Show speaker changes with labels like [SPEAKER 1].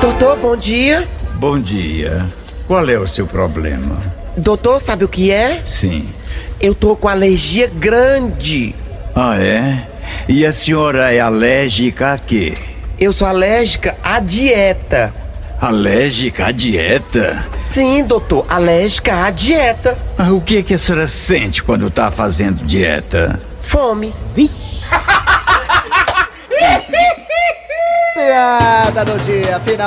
[SPEAKER 1] Doutor, bom dia.
[SPEAKER 2] Bom dia. Qual é o seu problema?
[SPEAKER 1] Doutor, sabe o que é?
[SPEAKER 2] Sim.
[SPEAKER 1] Eu tô com alergia grande.
[SPEAKER 2] Ah, é? E a senhora é alérgica a quê?
[SPEAKER 1] Eu sou alérgica à dieta.
[SPEAKER 2] Alérgica à dieta?
[SPEAKER 1] Sim, doutor, alérgica à dieta.
[SPEAKER 2] Ah, O que, que a senhora sente quando tá fazendo dieta?
[SPEAKER 1] Fome.
[SPEAKER 3] Piada do dia, final